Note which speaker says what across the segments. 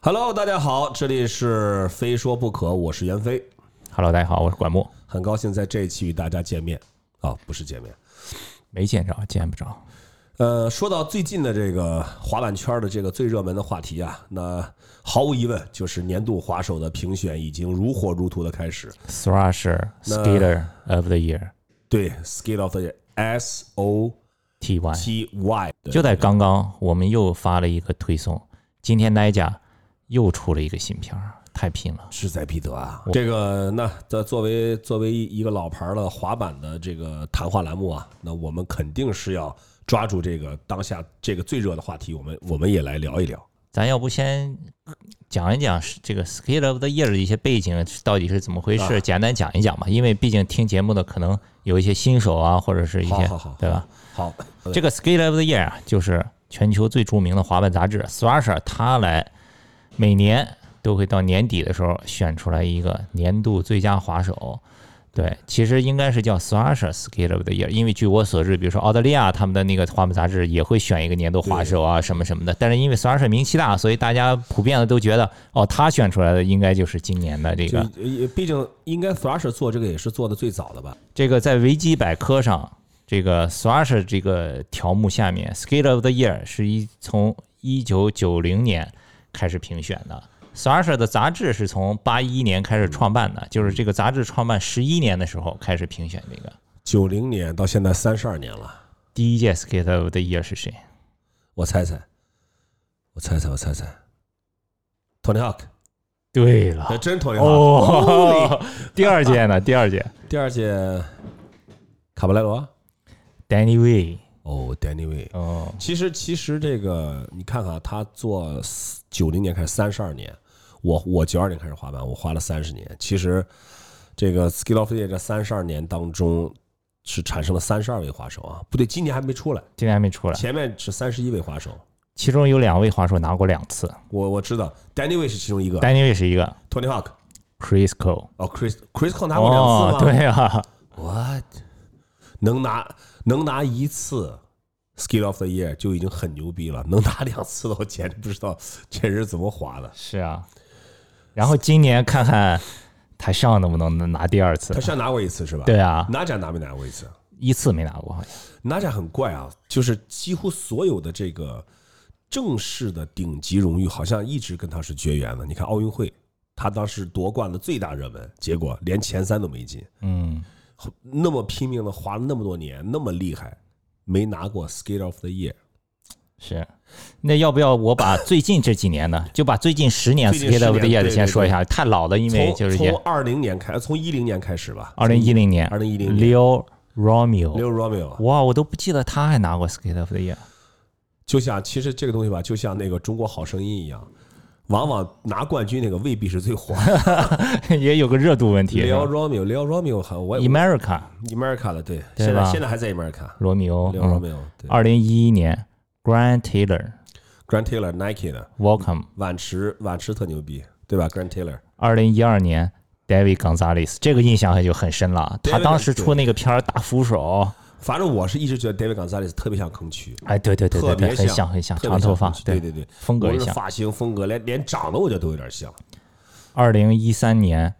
Speaker 1: Hello，大家好，这里是非说不可，我是袁飞，
Speaker 2: Hello，大家好，我是管木，
Speaker 1: 很高兴在这一期与大家见面啊、不是见面。
Speaker 2: 没见着，见不着，
Speaker 1: 呃，说到最近的这个滑板圈的这个最热门的话题啊，那毫无疑问就是年度滑手的评选已经如火如荼的开始。
Speaker 2: Thrasher
Speaker 1: 那
Speaker 2: Skater of the Year
Speaker 1: 对，Skate of the S O
Speaker 2: T Y，
Speaker 1: T Y，
Speaker 2: 就在刚刚，我们又发了一个推送，今天 n i 又出了一个新片儿，太拼了，
Speaker 1: 志在必得啊！
Speaker 2: 哦
Speaker 1: 这个那这作为作为一个老牌的滑板的这个谈话栏目啊，那我们肯定是要抓住这个当下这个最热的话题，我们我们也来聊一聊。
Speaker 2: 咱要不先讲一讲是这个 Skater of the Year 的一些背景到底是怎么回事，
Speaker 1: 啊
Speaker 2: 简单讲一讲吧，因为毕竟听节目的可能有一些新手啊，或者是一些
Speaker 1: 好好好
Speaker 2: 对吧？
Speaker 1: 好，
Speaker 2: 这个 Skate of the Year 啊，就是全球最著名的滑板杂志 Thrasher，它来每年都会到年底的时候选出来一个年度最佳滑手。对，其实应该是叫 Thrasher Skate of the Year，因为据我所知，比如说澳大利亚他们的那个滑板杂志也会选一个年度滑手啊什么什么的。但是因为 Thrasher 名气大，所以大家普遍的都觉得，哦，他选出来的应该就是今年的这
Speaker 1: 就
Speaker 2: 个
Speaker 1: 也毕竟应该 Thrasher 做这个也是做的最早的吧？
Speaker 2: 这个在维基百科上，这个 Swash 这个条目下面，Skate of the Year 是一从一九九零年开始评选的。Swash 的杂志是从八一年开始创办的，就是这个杂志创办十一年的时候开始评选这个。
Speaker 1: 九零年到现在三十二年了，
Speaker 2: 第一届 Skate of the Year 是谁？
Speaker 1: 我猜猜，我猜猜，我猜猜，Tony Hawk，
Speaker 2: 对了
Speaker 1: 那，真 Tony Hawk。
Speaker 2: 啊哦，第二届呢？第二届
Speaker 1: 第二届卡布莱罗，
Speaker 2: ，Danny Way，
Speaker 1: 哦，Danny Way。
Speaker 2: 哦，
Speaker 1: 其实，其实这个你看看啊，他做九零年开始三十二年，我我九二年开始滑板，我滑了三十年。其实这个 Skill of the Year 这三十二年当中是产生了三十二位滑手啊，不对，今年还没出来，
Speaker 2: 今年还没出来，
Speaker 1: 前面是三十一位滑手。
Speaker 2: 其中有两位滑手拿过两次
Speaker 1: 我我知道 Danny Way 是其中一个
Speaker 2: ，Danny Way 是一个
Speaker 1: ，Tony Hawk
Speaker 2: ，Chris Cole，
Speaker 1: 哦，Chris Chris Cole 拿过两次
Speaker 2: 哦
Speaker 1: 吗？，
Speaker 2: 对啊，
Speaker 1: ，What 能拿能拿一次 Skill of the Year 就已经很牛逼了，能拿两次的我简直不知道这人是怎么滑的。
Speaker 2: 是啊，然后今年看看他上能不能拿第二次
Speaker 1: 他。上拿过一次是吧？
Speaker 2: 对啊，
Speaker 1: 拿奖拿没拿过一次？
Speaker 2: 一次没拿过，好像
Speaker 1: 拿奖很怪啊，就是几乎所有的这个正式的顶级荣誉，好像一直跟他是绝缘的。你看奥运会，他当时夺冠的最大热门，结果连前三都没进。
Speaker 2: 嗯，
Speaker 1: 那么拼命的滑了那么多年，那么厉害，没拿过 Skate of the Year。
Speaker 2: 是。那要不要我把最近这几年 呢，就把最近十年
Speaker 1: 最近十
Speaker 2: Skate of the
Speaker 1: 年
Speaker 2: Year 的
Speaker 1: 对
Speaker 2: 先
Speaker 1: 对
Speaker 2: 说一下，太老的，因为就
Speaker 1: 从
Speaker 2: 是
Speaker 1: 从
Speaker 2: 也
Speaker 1: 二零年开，从一零年开始吧。
Speaker 2: 二零一零年
Speaker 1: 2010年
Speaker 2: ，Leo Romeo，
Speaker 1: Leo Romeo，
Speaker 2: 哇，我都不记得他还拿过 Skate of the Year，
Speaker 1: 就像其实这个东西吧，就像那个《中国好声音》一样，往往拿冠军那个未必是最火的。
Speaker 2: 也有个热度问题。是
Speaker 1: Leo
Speaker 2: 吧
Speaker 1: Romeo，Leo Romeo 好，我也
Speaker 2: America，
Speaker 1: America 了，对，现
Speaker 2: 对
Speaker 1: 在
Speaker 2: 吧哦啊
Speaker 1: 现在还在 America，Leo
Speaker 2: 罗密欧，
Speaker 1: Romeo，对
Speaker 2: 嗯二零一一年，Grant Taylor，Welcome，
Speaker 1: ，Grant Taylor Nike 的，晚池晚池特牛逼，对吧？Grant Taylor，
Speaker 2: 二零一二年，David Gonzalez 这个印象就很深了。
Speaker 1: David
Speaker 2: 他当时出那个片儿《大扶手
Speaker 1: 反正我是一直觉得 David Gonzalez 特别像坑渠》，，
Speaker 2: 哎，对对对
Speaker 1: 特
Speaker 2: 对
Speaker 1: 别
Speaker 2: 对，很
Speaker 1: 像
Speaker 2: 很像，
Speaker 1: 特别
Speaker 2: 长头发
Speaker 1: 坑，渠
Speaker 2: 对
Speaker 1: 对对对，
Speaker 2: 风格
Speaker 1: 无
Speaker 2: 也
Speaker 1: 论是
Speaker 2: 像。
Speaker 1: 发型风格，连连长得我觉得都有点像。
Speaker 2: 二零一三年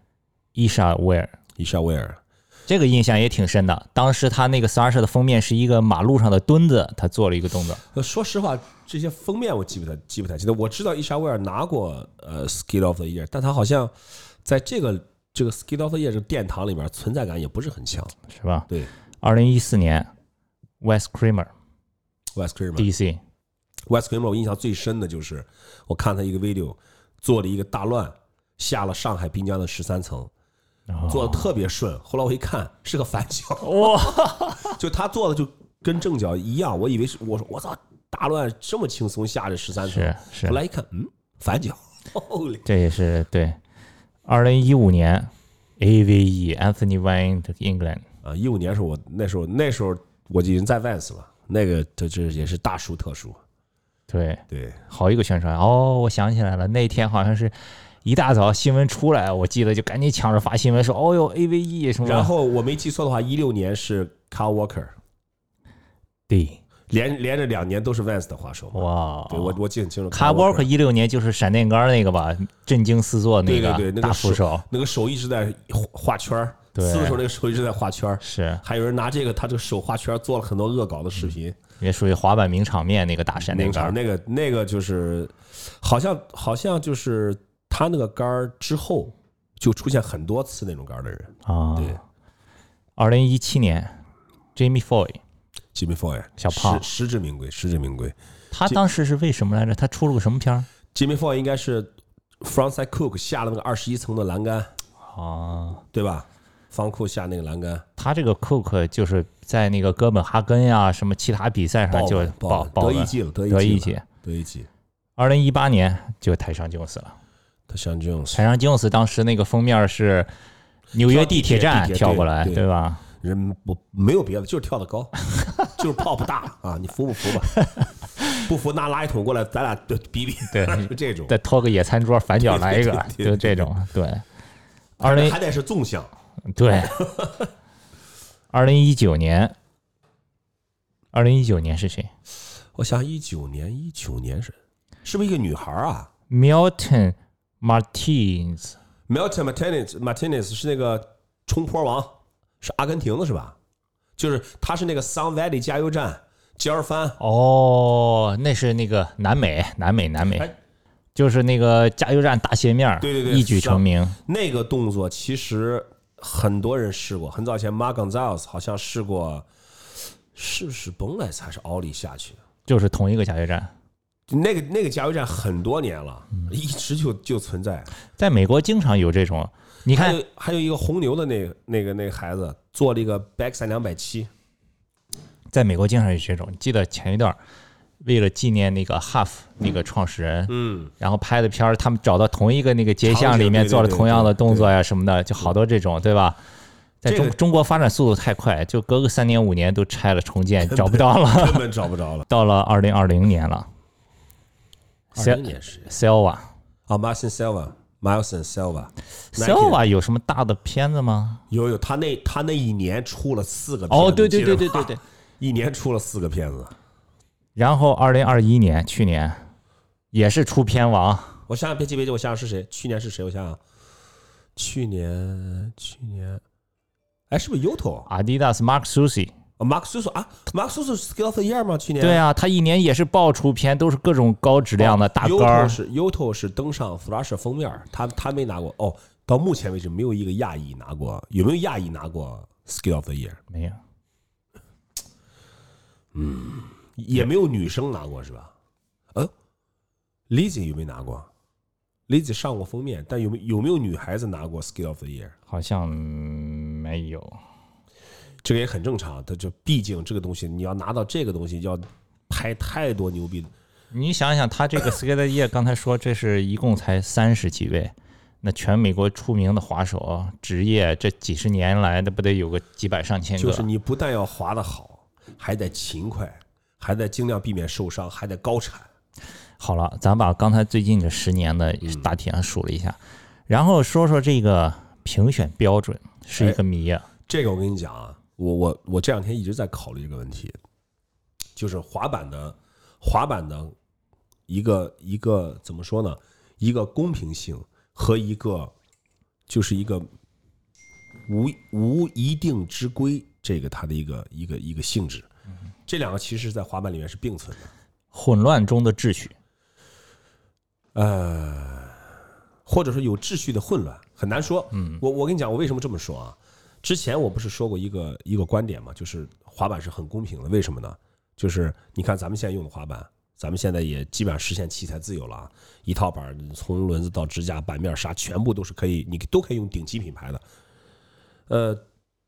Speaker 2: ，Isha Ware
Speaker 1: 伊莎威尔，
Speaker 2: 这个印象也挺深的。当时他那个 Sasha 的封面是一个马路上的墩子，他做了一个动作。
Speaker 1: 呃说实话，这些封面我记不太记不太清，我知道伊莎威尔拿过呃 Skid of the Year，但他好像在这个这个 Skid of the Year 这个殿堂里面存在感也不是很强。
Speaker 2: 是吧？
Speaker 1: 对。
Speaker 2: 二零一四年，Wes Kramer，DC。
Speaker 1: West Kramer。West Kramer，我印象最深的就是我看他一个 video，做了一个大乱，下了上海滨江的十三层，做的特别顺。后来我一看是个反脚， 就他做的就跟正脚一样，我以为是我说我操大乱这么轻松下这十三层，
Speaker 2: 是是
Speaker 1: 后，来一看嗯反脚，Holy
Speaker 2: 这也是对。二零一五年，AVE Anthony Wayne England。
Speaker 1: 啊！一五年时候我那时候那时候我就已经在 Vans 了，那个这这也是大叔特叔，
Speaker 2: 对，
Speaker 1: 对
Speaker 2: 好一个宣传哦！我想起来了，那天好像是一大早新闻出来，我记得就赶紧抢着发新闻说，哦哟，AVE 什么，
Speaker 1: 然后我没记错的话，一六年是 Carl Walker。
Speaker 2: 对，
Speaker 1: 连连着两年都是 Vans 的滑手嘛。
Speaker 2: 哇，
Speaker 1: 对我我记得很清楚。
Speaker 2: 哦卡沃克
Speaker 1: Walker
Speaker 2: 一六年就是闪电杆那个吧，震惊四座
Speaker 1: 对对对，
Speaker 2: 个
Speaker 1: 那
Speaker 2: 大
Speaker 1: 个
Speaker 2: 扶手，
Speaker 1: 那个手一直在画画圈儿，
Speaker 2: 对
Speaker 1: 四手那个手一直在画圈儿，
Speaker 2: 是
Speaker 1: 还有人拿这个他这个手画圈儿做了很多恶搞的视频。
Speaker 2: 也属于滑板名场面嗯那个大闪
Speaker 1: 那
Speaker 2: 电
Speaker 1: 个杆
Speaker 2: 杆
Speaker 1: 儿
Speaker 2: 儿。
Speaker 1: 那个那个就是，好像好像就是他那个杆儿之后就出现很多次那种杆儿的人
Speaker 2: 啊
Speaker 1: 对。
Speaker 2: 二零一七年，Jamie Foy，
Speaker 1: ，Jimmy Foy，
Speaker 2: 小胖
Speaker 1: 实实至名归，实至名归。
Speaker 2: 他当时是为什么来着？他出了个什么片儿？
Speaker 1: Jimmy Foy 应该是 Frontside Cook 下了那个二十一层的栏杆，
Speaker 2: 啊，
Speaker 1: 对吧？方库下那个栏杆，
Speaker 2: 他这个 Cook 就是在那个哥本哈根呀、什么其他比赛上
Speaker 1: 爆
Speaker 2: 就
Speaker 1: 了
Speaker 2: 爆
Speaker 1: 爆了
Speaker 2: 爆
Speaker 1: 得
Speaker 2: 了
Speaker 1: 一季了，得
Speaker 2: 得
Speaker 1: 一
Speaker 2: 一
Speaker 1: 季
Speaker 2: 季
Speaker 1: 了，。得一季。
Speaker 2: 二零一八年就台上 Jones 了，
Speaker 1: 他像这种
Speaker 2: 台上 Jones 当时那个封面是纽约地铁站
Speaker 1: 地铁
Speaker 2: 跳过来，
Speaker 1: 对
Speaker 2: 对吧？
Speaker 1: 人不没有别的，就是跳得 高，就是泡不大啊！你服不服吧？不服拿垃圾桶过来，咱俩对比比，
Speaker 2: 对
Speaker 1: 就这种。
Speaker 2: 再拖个野餐桌，反脚来一个，
Speaker 1: 对对对
Speaker 2: 就这种。对，二零
Speaker 1: 还得是纵向，
Speaker 2: 对， 二零一九年，二零一九年是谁
Speaker 1: 我想一九年，一九年是是不是一个女孩啊
Speaker 2: ？Milton Martinez，
Speaker 1: ？Melton Martinez Martinez 是那个冲坡王，是阿根廷的是吧？就是她是那个 Sun Valley 加油站杰尔帆，
Speaker 2: 哦，那是那个南美，南美，南美，
Speaker 1: 哎
Speaker 2: 就是那个加油站大斜面儿，
Speaker 1: 对对对
Speaker 2: 一举成名。
Speaker 1: 那个动作其实很多人试过，很早以前 Mark Gonzalez 好像试过，是不是崩来才是奥利下去？
Speaker 2: 就是同一个加油站，
Speaker 1: 那个那个加油站很多年了，一直就就存在。
Speaker 2: 在美国经常有这种。你
Speaker 1: 还
Speaker 2: 看，
Speaker 1: 有还有一个红牛的那个那个那个孩子做了一个 backside 两百七，
Speaker 2: 在美国经常有这种。记得前一段儿，为了纪念那个 Huff 那个创始人，
Speaker 1: 嗯，
Speaker 2: 然后拍的片儿，他们找到同一个那个街巷
Speaker 1: 场
Speaker 2: 里
Speaker 1: 景对
Speaker 2: 面
Speaker 1: 对
Speaker 2: 做了
Speaker 1: 对
Speaker 2: 同样的
Speaker 1: 对
Speaker 2: 动作呀什么的，就好多这种，对吧？在
Speaker 1: 这个
Speaker 2: 中中国发展速度太快，就隔个三年五年都拆了 重建，找不到了。
Speaker 1: 根本找不着了。
Speaker 2: 到了二零二零年了
Speaker 1: 二 零年是
Speaker 2: ，Selva
Speaker 1: 啊，Marcin Silva，Milson Silva，Nike
Speaker 2: Selva 有什么大的片子吗？
Speaker 1: 有有，他那他那一年出了四个片子
Speaker 2: 哦，对对对对，
Speaker 1: 你记得
Speaker 2: 对
Speaker 1: 吗
Speaker 2: 对。
Speaker 1: 一年出了四个片子。
Speaker 2: 然后二零二一年，去年也是出片王，
Speaker 1: 我想想，别急别急，我想想是谁？去年是谁？我想想，去年去年，哎，是不是 Uto？
Speaker 2: 阿迪达斯 Mark Susi。
Speaker 1: 马克苏苏啊，马克苏苏 Skill of the Year 吗？去年
Speaker 2: 对啊，他一年也是爆出片，都是各种高质量的大杆
Speaker 1: Uto
Speaker 2: 儿。
Speaker 1: 哦是 Uto 是登上 Flash 封面儿，他他没拿过哦。到目前为止，没有一个亚裔拿过，有没有亚裔拿过 Skill of the Year？
Speaker 2: 没有，
Speaker 1: 也没有女生拿过是吧？呃 l i z z y 有没有拿过？Lizzy 上过封面，但有没有没有女孩子拿过 Skill of the Year？
Speaker 2: 好像嗯没有。
Speaker 1: 这个也很正常，它就毕竟这个东西，你要拿到这个东西，要拍太多牛逼的。
Speaker 2: 你想想，他这个 Skate 业刚才说，这是一共才三十几位，那全美国出名的滑手职业，这几十年来的不得有个几百上千个？
Speaker 1: 就是你不但要滑得好，还得勤快，还得尽量避免受伤，还得高产。
Speaker 2: 好了，咱把刚才最近这十年的大体上数了一下，然后说说这个评选标准是一
Speaker 1: 哎
Speaker 2: 个谜呀、
Speaker 1: 这个我跟你讲啊，我我我这两天一直在考虑这个问题，就是滑板的滑板的一个一个怎么说呢？一个公平性和一个就是一个无无一定之规，这个它的一个一个一个性质，这两个其实在滑板里面是并存的。
Speaker 2: 混乱中的秩序。
Speaker 1: 呃或者说有秩序的混乱，很难说。嗯，我我跟你讲，我为什么这么说啊？之前我不是说过一个一个观点嘛，就是滑板是很公平的，为什么呢？就是你看咱们现在用的滑板，咱们现在也基本上实现器材自由了啊，一套板儿从轮子到支架、板面啥，全部都是可以，你都可以用顶级品牌的。呃，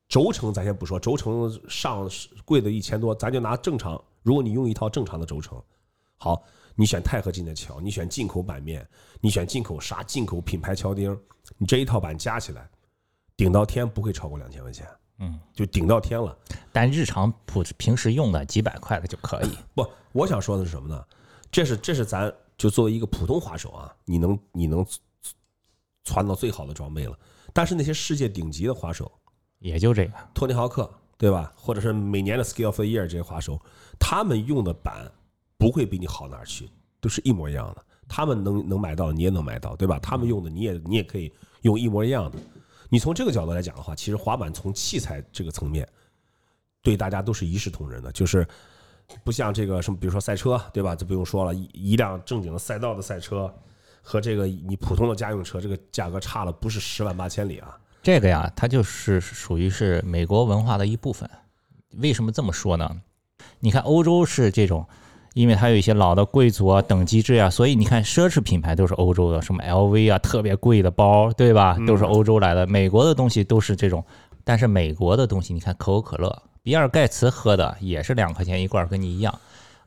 Speaker 1: 轴承咱先不说，轴承上贵的一千多，咱就拿正常，如果你用一套正常的轴承，好，你选钛合金的桥，你选进口板面，你选进口啥进口品牌敲钉，你这一套板加起来，顶到天不会超过两千块钱，
Speaker 2: 嗯，
Speaker 1: 就顶到天了。
Speaker 2: 但日常普平时用的几百块的就可以。
Speaker 1: 不，我想说的是什么呢？这是这是咱就作为一个普通滑手啊，你能你能攒到最好的装备了，但是那些世界顶级的滑手，
Speaker 2: 也就这个，
Speaker 1: 托尼豪克、对吧？或者是每年的 Skill of the Year 这些滑手，他们用的板不会比你好哪儿去，都是一模一样的。他们能能买到，你也能买到，对吧？他们用的你也你也可以用一模一样的。你从这个角度来讲的话，其实滑板从器材这个层面，对大家都是一视同仁的，就是不像这个什么，比如说赛车，对吧？这不用说了，一一辆正经的赛道的赛车和这个你普通的家用车，这个价格差了不是十万八千里啊。
Speaker 2: 这个呀，它就是属于是美国文化的一部分。为什么这么说呢？你看欧洲是这种，因为它有一些老的贵族啊、等级制啊，所以你看奢侈品牌都是欧洲的，什么 LV 啊，特别贵的包，对吧？都是欧洲来的。美国的东西都是这种，但是美国的东西，你看可口可乐，比尔盖茨喝的也是两块钱一罐，跟你一样。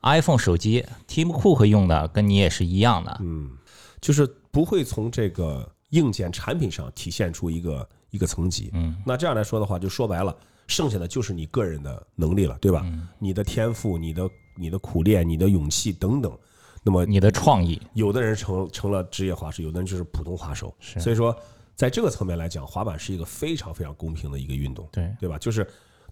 Speaker 2: iPhone 手机，Tim Cook 用的跟你也是一样的。
Speaker 1: 嗯，就是不会从这个硬件产品上体现出一个。一个层级，
Speaker 2: 嗯，
Speaker 1: 那这样来说的话，就说白了，剩下的就是你个人的能力了，对吧？你的天赋、你的、你的苦练、你的勇气等等。那么
Speaker 2: 你的创意，
Speaker 1: 有的人成成了职业滑手，有的人就是普通滑手。所以说，在这个层面来讲，滑板是一个非常非常公平的一个运动，
Speaker 2: 对
Speaker 1: 对吧？就是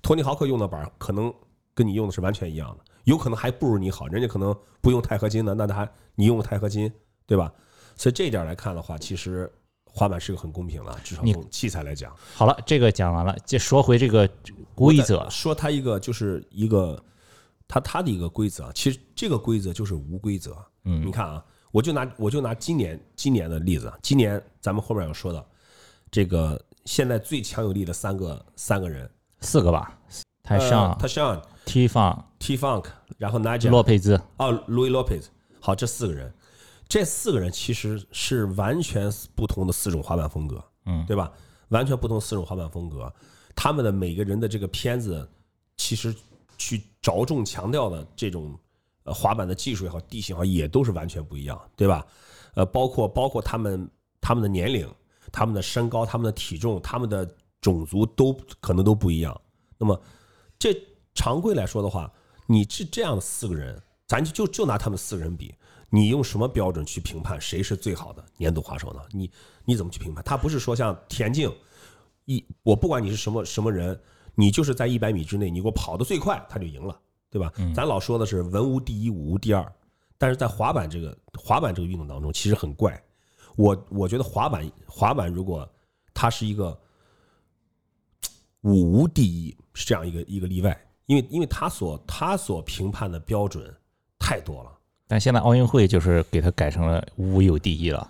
Speaker 1: 托尼·豪克用的板，可能跟你用的是完全一样的，有可能还不如你好，人家可能不用钛合金的，那他你用钛合金，对吧？所以这一点来看的话，其实。滑板是个很公平的，啊至少从器材来讲。
Speaker 2: 好了，这个讲完了，就说回这个规则。
Speaker 1: 呃说它一个就是一个，它它的一个规则啊，其实这个规则就是无规则。
Speaker 2: 嗯，
Speaker 1: 你看啊，我就拿我就拿今年今年的例子，啊今年咱们后面要说的这个现在最强有力的三个三个人，呃
Speaker 2: 四个吧，泰尚、
Speaker 1: 泰尚、
Speaker 2: T Funk、
Speaker 1: T Funk，然后 Nigel
Speaker 2: 洛佩兹
Speaker 1: 啊，路易洛佩兹，好，这四个人。这四个人其实是完全不同的四种滑板风格，
Speaker 2: 嗯，
Speaker 1: 对吧？完全不同四种滑板风格，他们的每个人的这个片子，其实去着重强调的这种呃滑板的技术也好，地形也好，也都是完全不一样，对吧？呃，包括包括他们他们的年龄、他们的身高、他们的体重、他们的种族都可能都不一样。那么这常规来说的话，你是这样的四个人，咱就就就拿他们四个人比。你用什么标准去评判谁是最好的年度滑手呢？你你怎么去评判？他不是说像田径，一我不管你是什么什么人，你就是在一百米之内，你给我跑得最快，他就赢了，对吧？咱老说的是文无第一，武无第二，但是在滑板这个滑板这个运动当中，其实很怪。我我觉得滑板滑板如果它是一个武无第一，是这样一个一个例外，因为因为他所他所评判的标准太多了。
Speaker 2: 但现在奥运会就是给它改成了无有第一了。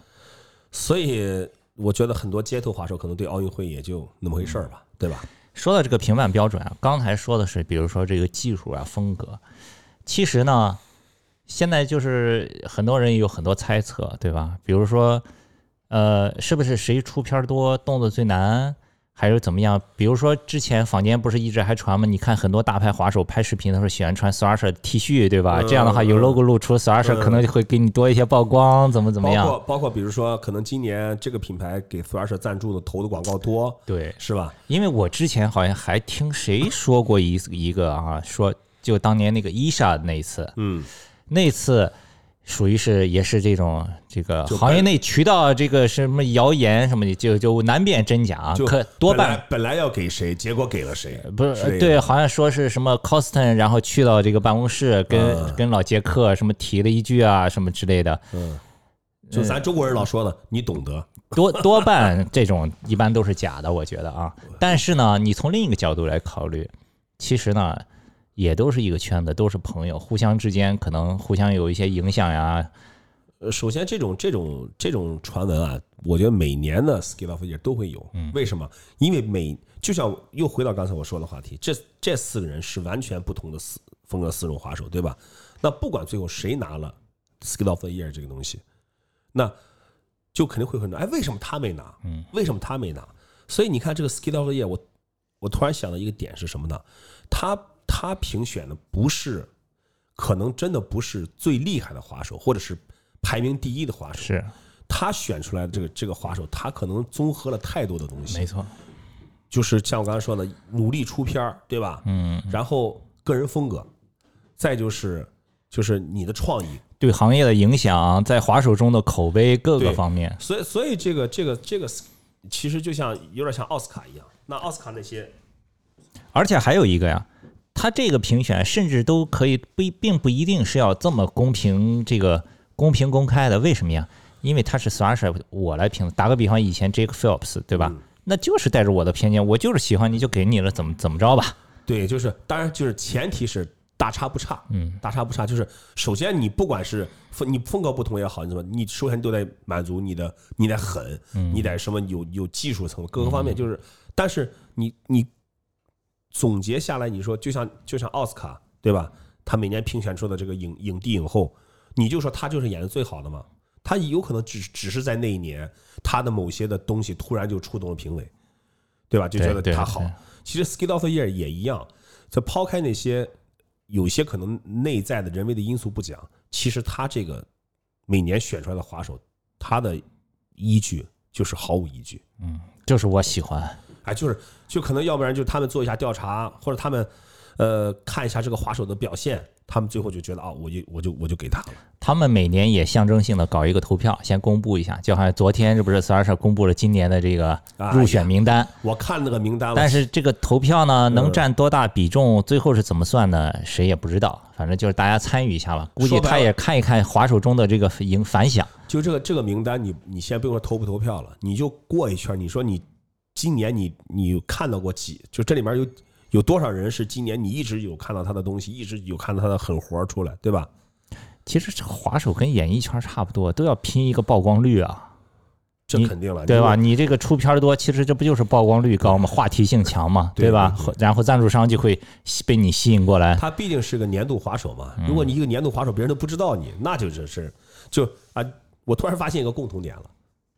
Speaker 1: 所以我觉得很多街头滑手可能对奥运会也就那么回事儿吧，
Speaker 2: 嗯
Speaker 1: 对吧？
Speaker 2: 说到这个评判标准啊，刚才说的是，比如说这个技术啊、风格，其实呢，现在就是很多人有很多猜测，对吧？比如说，呃，是不是谁出片儿多，动作最难，还是怎么样？比如说之前坊间不是一直还传吗？你看很多大牌滑手拍视频的时候喜欢穿 Slasher T 恤，对吧？这样的
Speaker 1: 嗯
Speaker 2: 话有 logo 露出，Slasher 可能会给你多一些曝光，怎么怎么
Speaker 1: 包
Speaker 2: 样？
Speaker 1: 括包括比如说，可能今年这个品牌给 Thrasher 赞助的投的广告多，
Speaker 2: 对，
Speaker 1: 是吧？
Speaker 2: 因为我之前好像还听谁说过一一个啊，说就当年那个伊莎那一次，
Speaker 1: 嗯，
Speaker 2: 那次属于是也是这种这个行业内渠道这个什么谣言什么的，就就难辨真假啊，
Speaker 1: 就
Speaker 2: 可多
Speaker 1: 本来
Speaker 2: 半。
Speaker 1: 本来要给谁，结果给了谁，
Speaker 2: 不
Speaker 1: 这
Speaker 2: 是呃
Speaker 1: 个
Speaker 2: 对，好啊像说是什么 Costin，然后去到这个办公室跟、
Speaker 1: 嗯
Speaker 2: 跟老杰克什么提了一句啊什么之类的，
Speaker 1: 就
Speaker 2: 嗯
Speaker 1: 咱中国人老说的，你懂得，
Speaker 2: 多多半这种一般都是假的，我觉得啊。但是呢，你从另一个角度来考虑，其实呢，也都是一个圈子，都是朋友，互相之间可能互相有一些影响呀。
Speaker 1: 呃，首先这种这种这种传闻啊，我觉得每年的 Skill of the Year 都会有。为什么？因为每就像又回到刚才我说的话题，这这四个人是完全不同的四风格四种滑手，对吧？那不管最后谁拿了 Skill of the Year 这个东西，那就肯定会有很多哎，为什么他没拿？
Speaker 2: 嗯，
Speaker 1: 为什么他没拿？所以你看这个 Skill of the Year，我我突然想到一个点是什么呢？他他评选的不是，可能真的不是最厉害的滑手，或者是排名第一的滑手。
Speaker 2: 是，
Speaker 1: 他选出来的这个这个滑手，他可能综合了太多的东西，
Speaker 2: 没错，
Speaker 1: 就是像我刚才说的，努力出片儿，对吧？
Speaker 2: 嗯，
Speaker 1: 然后个人风格，再就是就是你的创意。
Speaker 2: 对行业的影响，在滑手中的口碑各个
Speaker 1: 对
Speaker 2: 方面，
Speaker 1: 所以所以这个这个这个其实就像有点像奥斯卡一样，那奥斯卡那些
Speaker 2: 而且还有一个呀，它这个评选甚至都可以不并不一定是要这么公平，这个公平公开的，为什么呀？因为它是 Slasher，我来评。打个比方，以前 Jake Phelps 对吧？
Speaker 1: 嗯
Speaker 2: 那就是带着我的偏见，我就是喜欢你就给你了，怎么怎么着吧？
Speaker 1: 对，就是当然就是前提是大差不差，
Speaker 2: 嗯，
Speaker 1: 大差不差。就是首先你不管是风你风格不同也好，你怎么你首先都得满足你的，你得狠，你得什么有有技术层各个方面，就是但是你你总结下来，你说就像就像奥斯卡对吧？他每年评选出的这个影影帝影后，你就说他就是演的最好的嘛？他有可能只只是在那一年，他的某些的东西突然就触动了评委，对吧？就觉得
Speaker 2: 对对
Speaker 1: 他好
Speaker 2: 对。
Speaker 1: 其实 Skid of the Year 也一样，就抛开那些有些可能内在的人为的因素不讲，其实他这个每年选出来的滑手，他的依据就是毫无依据。
Speaker 2: 就是我喜欢，
Speaker 1: 哎，就是就可能要不然就是他们做一下调查，或者他们呃看一下这个滑手的表现，他们最后就觉得啊、我就我就我就给他了。
Speaker 2: 他们每年也象征性的搞一个投票，先公布一下，就好像昨天这不是 Slasher 公布了今年的这个入选名单，
Speaker 1: 我看那个名单了，
Speaker 2: 但是这个投票呢，
Speaker 1: 呃
Speaker 2: 能占多大比重，最后是怎么算呢？谁也不知道，反正就是大家参与一下吧。估计
Speaker 1: 说白了
Speaker 2: 他也看一看滑手中的这个影反响。
Speaker 1: 就这个这个名单你，你先不用说投不投票了，你就过一圈，你说你今年你你看到过几？就这里面有有多少人是今年你一直有看到他的东西，一直有看到他的狠活儿出来，对吧？
Speaker 2: 其实这滑手跟演艺圈差不多，都要拼一个曝光率啊，
Speaker 1: 这
Speaker 2: 你
Speaker 1: 肯定了，
Speaker 2: 对吧？
Speaker 1: 你
Speaker 2: 你这个出片儿多，其实这不就是曝光率高吗？话题性强嘛，
Speaker 1: 对
Speaker 2: 对吧
Speaker 1: 对对？
Speaker 2: 然后赞助商就会吸被你吸引过来。
Speaker 1: 他毕竟是个年度滑手嘛。如果你一个年度滑手，别人都不知道你，那就这是就啊！我突然发现一个共同点了，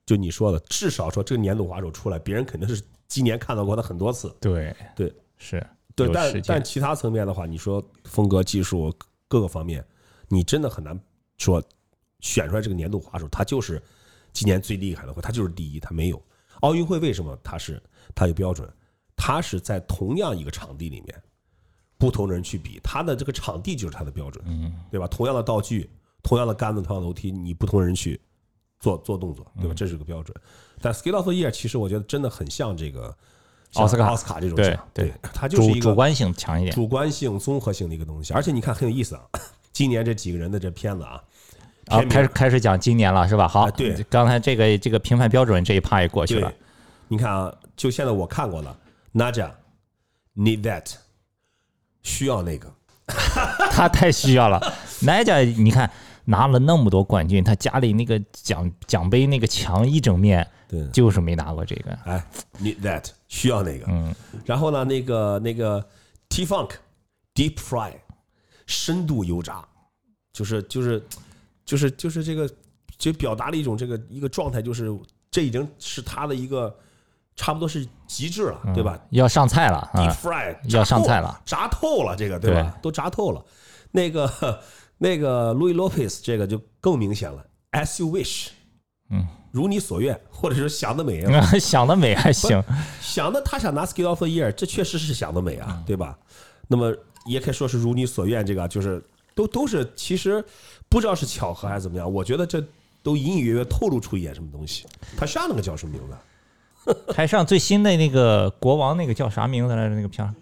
Speaker 1: 就你说的，至少说这个年度滑手出来，别人肯定是今年看到过他很多次。
Speaker 2: 对
Speaker 1: 对
Speaker 2: 是，
Speaker 1: 对，
Speaker 2: 有
Speaker 1: 但
Speaker 2: 时间
Speaker 1: 但其他层面的话，你说风格、技术各个方面，你真的很难说选出来这个年度滑手，他就是今年最厉害的，或他就是第一，他没有。奥运会为什么他是他有标准？他是在同样一个场地里面，不同人去比，他的这个场地就是他的标准，
Speaker 2: 嗯
Speaker 1: 对吧？同样的道具，同样的杆子，同样的楼梯，你不同人去做做动作，
Speaker 2: 嗯
Speaker 1: 对吧？这是个标准。但 Skill of the Year 其实我觉得真的很像这个像
Speaker 2: 奥斯卡
Speaker 1: 奥斯卡这种
Speaker 2: 对
Speaker 1: 奖，
Speaker 2: 对
Speaker 1: 对，它就是
Speaker 2: 主
Speaker 1: 一个
Speaker 2: 主观性强一点。
Speaker 1: 主观性、综合性的一个东西。而且你看很有意思啊，今年这几个人的这片子啊，
Speaker 2: 啊，
Speaker 1: 片名
Speaker 2: 开始开始讲今年了是吧？好，
Speaker 1: 啊对
Speaker 2: 刚才这个这个评判标准这一趴也过去
Speaker 1: 对
Speaker 2: 了。，
Speaker 1: 你看啊，就现在我看过了，Naja need that，需要那个，
Speaker 2: 他太需要了。奶甲，你看拿了那么多冠军，他家里那个奖奖杯那个墙一整面，
Speaker 1: 对
Speaker 2: 就是没拿过这个。
Speaker 1: 哎，need that 需要那个。
Speaker 2: 嗯，
Speaker 1: 然后呢，那个那个 T Funk Deep Fry 深度油炸，就是就是就是就是这个，就表达了一种这个一个状态，就是这已经是他的一个差不多是极致了，对吧？
Speaker 2: 要上菜了
Speaker 1: deep
Speaker 2: 啊！
Speaker 1: fry
Speaker 2: 要上菜
Speaker 1: 了
Speaker 2: 了，
Speaker 1: 炸透了，这个对吧？都炸透了。那个那个 Louis Lopez 这个就更明显了，As you wish，
Speaker 2: 嗯，
Speaker 1: 如你所愿，或者是想得美啊，
Speaker 2: 想得美还行，
Speaker 1: 想的他想拿 Skill of the Year，这确实是想得美
Speaker 2: 嗯
Speaker 1: 啊，对吧？那么也可以说是如你所愿，这个就是都都是其实不知道是巧合还是怎么样，我觉得这都隐隐约约透露出一点什么东西。他上那个叫什么名字？啊
Speaker 2: 台上最新的那个国王那个叫啥名字来着？那个片儿。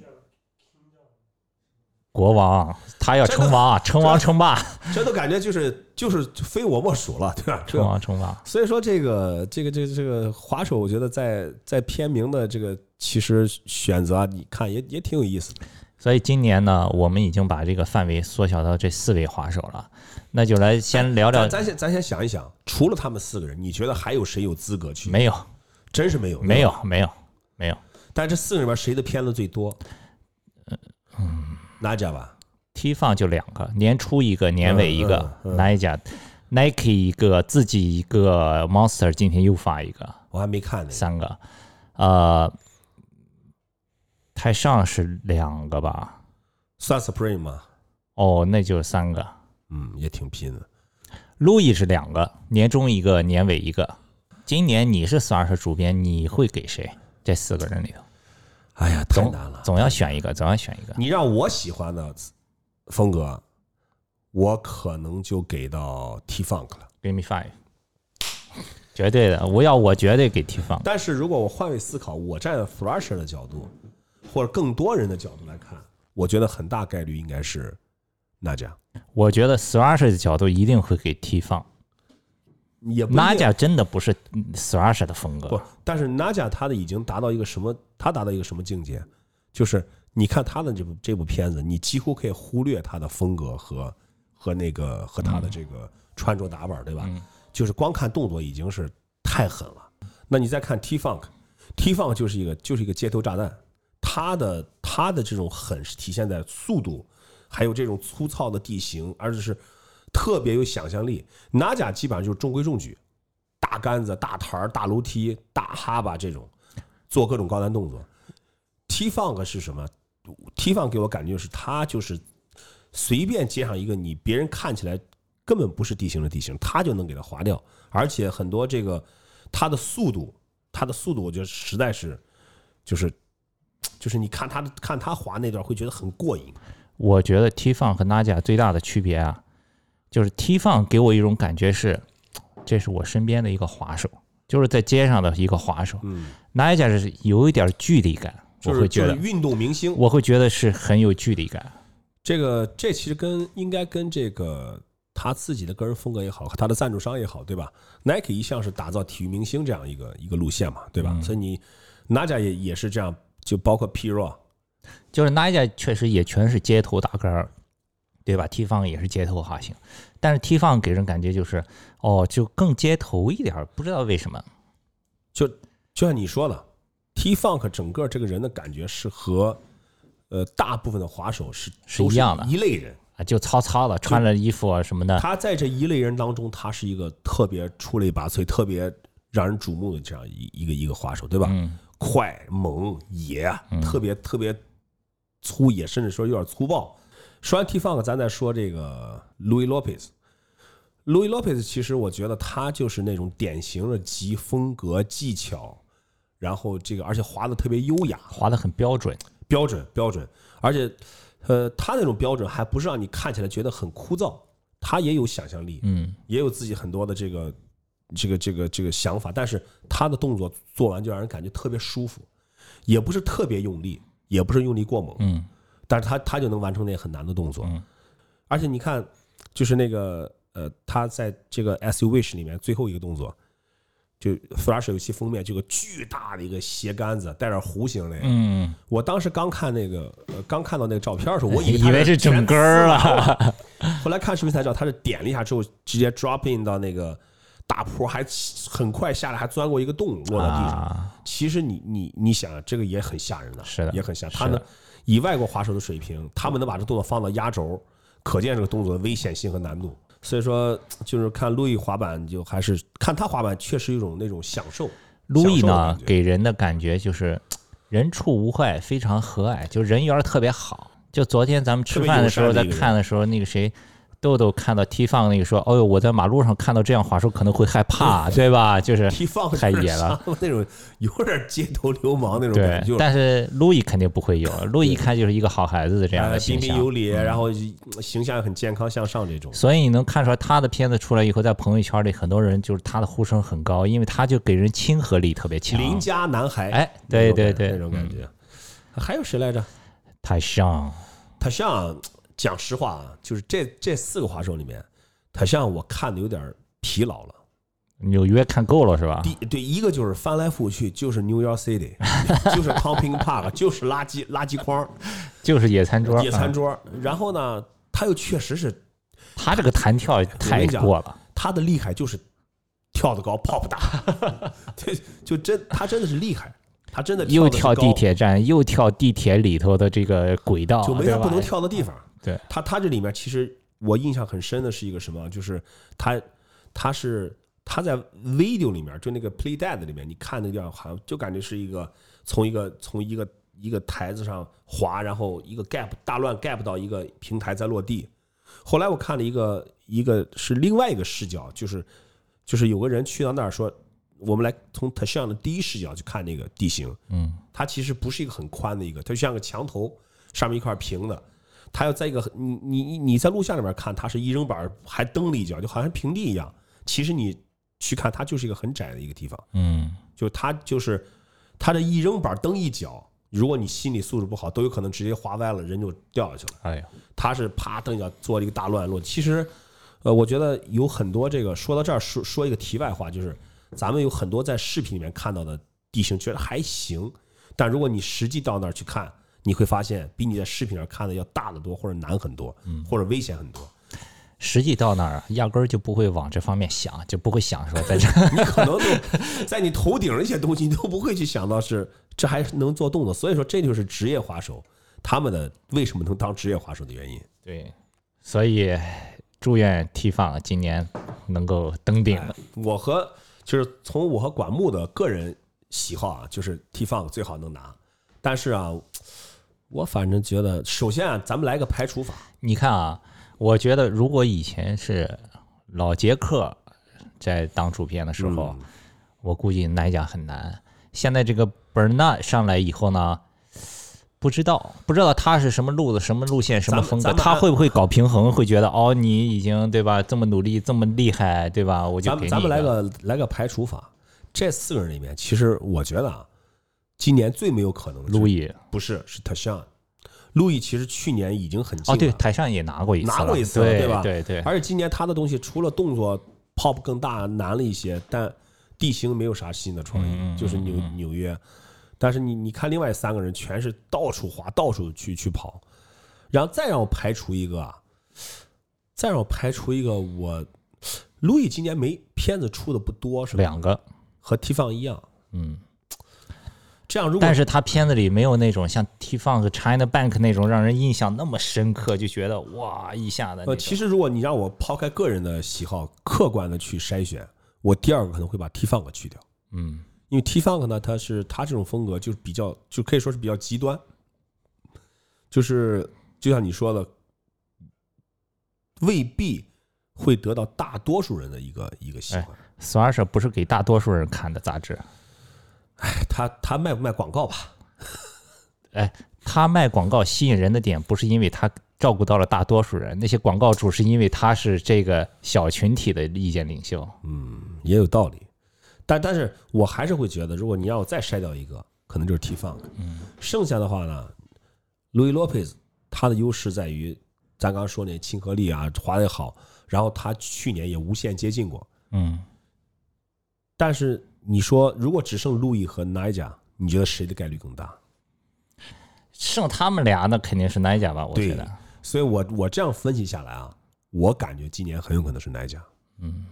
Speaker 2: 国王，他要称王啊，称王称霸，
Speaker 1: 这都感觉就是就是非我莫属了，对 吧？ 这
Speaker 2: 称王称霸。
Speaker 1: 所以说这个这个这个这个滑手，我觉得在在片名的这个其实选择啊，你看也也挺有意思的。
Speaker 2: 所以今年呢，我们已经把这个范围缩小到这四位滑手了。那就来先聊聊
Speaker 1: 咱，咱先咱先想一想，除了他们四个人，你觉得还有谁有资格去？，
Speaker 2: 没有，
Speaker 1: 真是没有，
Speaker 2: 没
Speaker 1: 有。
Speaker 2: 有，没有，没有。
Speaker 1: 但这四个里面谁的片子最多？嗯，哪家吧？
Speaker 2: T 放就两个，年初一个，年尾一个
Speaker 1: 嗯嗯嗯
Speaker 2: ，Nike Nike 一个，自己一个，Monster 今天又发一个，
Speaker 1: 我还没看呢。
Speaker 2: 三个，呃，太上是两个吧？
Speaker 1: 算 Supreme 吗？
Speaker 2: 哦，那就是三个。
Speaker 1: 嗯，也挺拼的。
Speaker 2: Louis 是两个，年终一个，年尾一个。今年你是四二社主编，你会给谁？这四个人里头，
Speaker 1: 哎呀，太
Speaker 2: 总
Speaker 1: 难了。
Speaker 2: 总要选一个，总要选一个。
Speaker 1: 你让我喜欢的风格，我可能就给到 T Funk 了。
Speaker 2: Give me five，绝对的，我要我绝对给 T 放。
Speaker 1: 但是如果我换位思考，我站在 Thrasher 的角度，或者更多人的角度来看，我觉得很大概率应该是娜迦。
Speaker 2: 我觉得 Swash 的角度一定会给 T 放。
Speaker 1: 也不一定啊
Speaker 2: 娜迦真的不是 Swash 的风格
Speaker 1: 不，，但是 Naja 他的已经达到一个什么？他达到一个什么境界？就是你看他的这部这部片子，你几乎可以忽略他的风格和和那个和他的这个穿着打扮，对吧？就是光看动作已经是太狠了。那你再看 T Funk，T Funk 就是一个就是一个街头炸弹，他的他的这种狠是体现在速度，还有这种粗糙的地形，而且是特别有想象力。拿甲基本上就是中规中矩，大杆子、大台儿、大楼梯、大哈巴这种，做各种高难动作。T Funk 是什么？T Funk 给我感觉就是他就是随便接上一个你别人看起来根本不是地形的地形，他就能给它划掉，而且很多这个他的速度，他的速度我觉得实在是就是。就是你看他看他滑那段会觉得很过瘾，
Speaker 2: 我觉得 T Funk 和 Naja 最大的区别啊，就是 T Funk 给我一种感觉是，这是我身边的一个滑手，就是在街上的一个滑手。
Speaker 1: 嗯，
Speaker 2: Naja 是有一点距离感，我
Speaker 1: 就是
Speaker 2: 会
Speaker 1: 就
Speaker 2: 觉
Speaker 1: 是
Speaker 2: 得，
Speaker 1: 运动明星，
Speaker 2: 我会觉得是很有距离感。
Speaker 1: 这个这其实跟应该跟这个他自己的个人风格也好，和他的赞助商也好，对吧？Nike 一向是打造体育明星这样一个一个路线嘛，对吧？
Speaker 2: 嗯
Speaker 1: 所以你 Naja 也也是这样，就包括 P Raw，
Speaker 2: 就是 Naja 确实也全是街头大杆儿，对吧？T Funk 也是街头滑行，但是 T Funk 给人感觉就是，哦，就更街头一点儿，不知道为什么。
Speaker 1: 就就像你说的，T Funk 整个这个人的感觉是和呃大部分的滑手是
Speaker 2: 是
Speaker 1: 都
Speaker 2: 一样的
Speaker 1: 一类人。
Speaker 2: 啊，就糙糙的，穿着衣服啊什么的，
Speaker 1: 他在这一类人当中，他是一个特别出类拔萃、特别让人瞩目的这样一一个一个滑手，对吧？
Speaker 2: 嗯，
Speaker 1: 快、猛、野，啊特别特别粗野，甚至说有点粗暴。说完 T Funk，咱再说这个 Louis Lopez。Louis Lopez 其实我觉得他就是那种典型的集风格、技巧，然后这个而且滑的特别优雅，
Speaker 2: 滑的很标准。
Speaker 1: 标准标准，而且呃，他那种标准还不是让你看起来觉得很枯燥，他也有想象力，
Speaker 2: 嗯，
Speaker 1: 也有自己很多的这个这个这个这个想法，但是他的动作做完就让人感觉特别舒服，也不是特别用力，也不是用力过猛，
Speaker 2: 嗯，
Speaker 1: 但是他他就能完成那很难的动作，
Speaker 2: 嗯
Speaker 1: 而且你看，就是那个呃，他在这个 As You Wish 里面最后一个动作。就 Flash 有期封面，就有个巨大的一个斜杆子，带点弧形那个，
Speaker 2: 嗯，
Speaker 1: 我当时刚看那个，呃，刚看到那个照片的时候，我 以为
Speaker 2: 以为是整根儿了，
Speaker 1: 了， 后来看视频才知道，他是点了一下之后，直接 drop in 到那个大坡，还很快下来，还钻过一个洞落到地上。
Speaker 2: 啊，
Speaker 1: 其实你你你想，啊这个也很吓人的，
Speaker 2: 是的
Speaker 1: 也很吓。
Speaker 2: 是
Speaker 1: 他
Speaker 2: 的
Speaker 1: 呢，以外国滑手的水平，他们能把这动作放到压轴，可见这个动作的危险性和难度。所以说，就是看路易滑板，就还是看他滑板，确实有一种那种享受。
Speaker 2: 路易
Speaker 1: 享受的
Speaker 2: 呢
Speaker 1: 感觉
Speaker 2: 给人的感觉就是人畜无害，非常和蔼，就人缘儿特别好。就昨天咱们吃饭的时候，
Speaker 1: 特别
Speaker 2: 在
Speaker 1: 友善的一个人
Speaker 2: 看的时候，那个谁。豆豆看到 T 放那个说：“哦呦，我在马路上看到这样滑手可能会害怕，对吧？就是
Speaker 1: 踢放
Speaker 2: 太野了，
Speaker 1: 那种有点街头流氓那种
Speaker 2: 对
Speaker 1: 感觉，就是。
Speaker 2: 但是路易肯定不会有，路易一看就是一个好孩子的这样
Speaker 1: 呃
Speaker 2: 的
Speaker 1: 彬
Speaker 2: 形
Speaker 1: 彬
Speaker 2: 象嗯
Speaker 1: 有，礼，然后呃形象很健康向上这种。
Speaker 2: 所以你能看出来他的片子出来以后，在朋友圈里很多人就是他的呼声很高，因为他就给人亲和力特别强。
Speaker 1: 邻家男孩，
Speaker 2: 哎，对对
Speaker 1: 那
Speaker 2: 对，嗯
Speaker 1: 种感觉那种感觉。还有谁来着？
Speaker 2: 太像
Speaker 1: 他像讲实话啊，就是这这四个滑手里面，他像我看的有点疲劳了。
Speaker 2: 纽约看够了是吧？
Speaker 1: 第对一个就是翻来覆去就是 New York City，就是 Tomping Park，就是垃圾垃圾筐、
Speaker 2: 就是野餐桌，
Speaker 1: 野餐
Speaker 2: 嗯
Speaker 1: 桌。然后呢，他又确实是
Speaker 2: 他这个弹跳太过了，
Speaker 1: 他的厉害就是跳得高，pop 大， 这就真他真的是厉害，他真的
Speaker 2: 又
Speaker 1: 得
Speaker 2: 跳
Speaker 1: 高
Speaker 2: 地铁站，又跳地铁里头的这个轨道，
Speaker 1: 就没
Speaker 2: 啊对
Speaker 1: 他
Speaker 2: 吧？哎
Speaker 1: 不能跳的地方。
Speaker 2: 对
Speaker 1: 他，他这里面其实我印象很深的是一个什么，就是他他是他在 video 里面，就那个 play dead 里面，你看那个地方好像就感觉是一个从一个从一个一个台子上滑，然后一个 gap 大乱 gap 到一个平台再落地。后来我看了一个一个是另外一个视角，就是就是有个人去到那儿说，我们来从 t a s h a n 的第一视角去看那个地形，
Speaker 2: 嗯，
Speaker 1: 它其实不是一个很宽的一个，它就像个墙头，上面一块平的。它要在一个很你你你你在录像里面看，它是一扔板儿还蹬了一脚，就好像平地一样。其实你去看，它就是一个很窄的一个地方，
Speaker 2: 嗯，
Speaker 1: 就它就是它这一扔板儿蹬一脚如果你心理素质不好，都有可能直接滑歪了，人就掉下去了。
Speaker 2: 哎呀，
Speaker 1: 他是啪蹬一脚做了一个大乱落。其实，呃，我觉得有很多这个说到这儿说说一个题外话，就是咱们有很多在视频里面看到的地形，觉得还行，但如果你实际到那儿去看，你会发现比你在视频上看的要大得多，或者难很多，或者危险很多。
Speaker 2: 实际到那儿啊，压根儿就不会往这方面想，就不会想说 在这
Speaker 1: 你可能都在你头顶儿一些东西，你都不会去想到是这还能做动作。所以说，这就是职业滑手他们的为什么能当职业滑手的原因。
Speaker 2: 对，所以祝愿 T 放今年能够登顶。
Speaker 1: 我和就是从我和管木的个人喜好啊，就是 T Funk 最好能拿，但是啊，我反正觉得，首先啊，咱们来个排除法，
Speaker 2: 你看啊，我觉得如果以前是老杰克在当主编的时候，
Speaker 1: 嗯
Speaker 2: 我估计拿奖很难。现在这个 Bernard 上来以后呢，不知道不知道他是什么路子、什么路线、什么风格，
Speaker 1: 咱们
Speaker 2: 他会不会搞平衡？会觉得哦，你已经对吧，这么努力、这么厉害，对吧？我就
Speaker 1: 咱
Speaker 2: 给
Speaker 1: 们
Speaker 2: 你
Speaker 1: 咱们来
Speaker 2: 一个
Speaker 1: 个来个排除法。这四个人里面，其实我觉得啊，今年最没有可能的是
Speaker 2: 路易
Speaker 1: 不是是 Tashan，路易其实去年已经很近
Speaker 2: 哦，
Speaker 1: 了，
Speaker 2: 对，台上也拿过一次了，
Speaker 1: 拿过一次了
Speaker 2: 对
Speaker 1: 对吧
Speaker 2: 对对，
Speaker 1: 而且今年他的东西除了动作 pop 更大难了一些，但地形没有啥新的创意，
Speaker 2: 嗯嗯嗯
Speaker 1: 就是纽纽约。但是你你看另外三个人全是到处滑，到处去去跑，然后再让我排除一个，啊，再让我排除一个我。路易今年没片子出的不多，是吧？
Speaker 2: 两个，
Speaker 1: 和 T 放一样，
Speaker 2: 嗯。
Speaker 1: 这样如果
Speaker 2: 但是他片子里没有那种像 T Funk、China Bank 那种让人印象那么深刻，就觉得哇一下子那种。
Speaker 1: 呃，其实如果你让我抛开个人的喜好，客观的去筛选，我第二个可能会把 T Funk 去掉，
Speaker 2: 嗯，
Speaker 1: 因为 T Funk 呢，它是它这种风格就是比较，就可以说是比较极端，就是就像你说的，未必会得到大多数人的一个一个喜欢。
Speaker 2: 索尔舍不是给大多数人看的杂志，
Speaker 1: 哎，他他卖不卖广告吧？
Speaker 2: 他卖广告吸引人的点不是因为他照顾到了大多数人，那些广告主是因为他是这个小群体的意见领袖。
Speaker 1: 嗯，也有道理。但但是我还是会觉得，如果你让我再筛掉一个，可能就是 T Funk。
Speaker 2: 嗯，
Speaker 1: 剩下的话呢，Louis Lopez 他的优势在于，咱刚刚说那亲和力啊，滑得好，然后他去年也无限接近过。
Speaker 2: 嗯，
Speaker 1: 但是你说，如果只剩路易和 n i g e 你觉得谁的概率更大？
Speaker 2: 剩他们俩那肯定是奈甲吧？我觉得
Speaker 1: 对，所以我我这样分析下来啊，我感觉今年很有可能是 n i g e
Speaker 2: 嗯，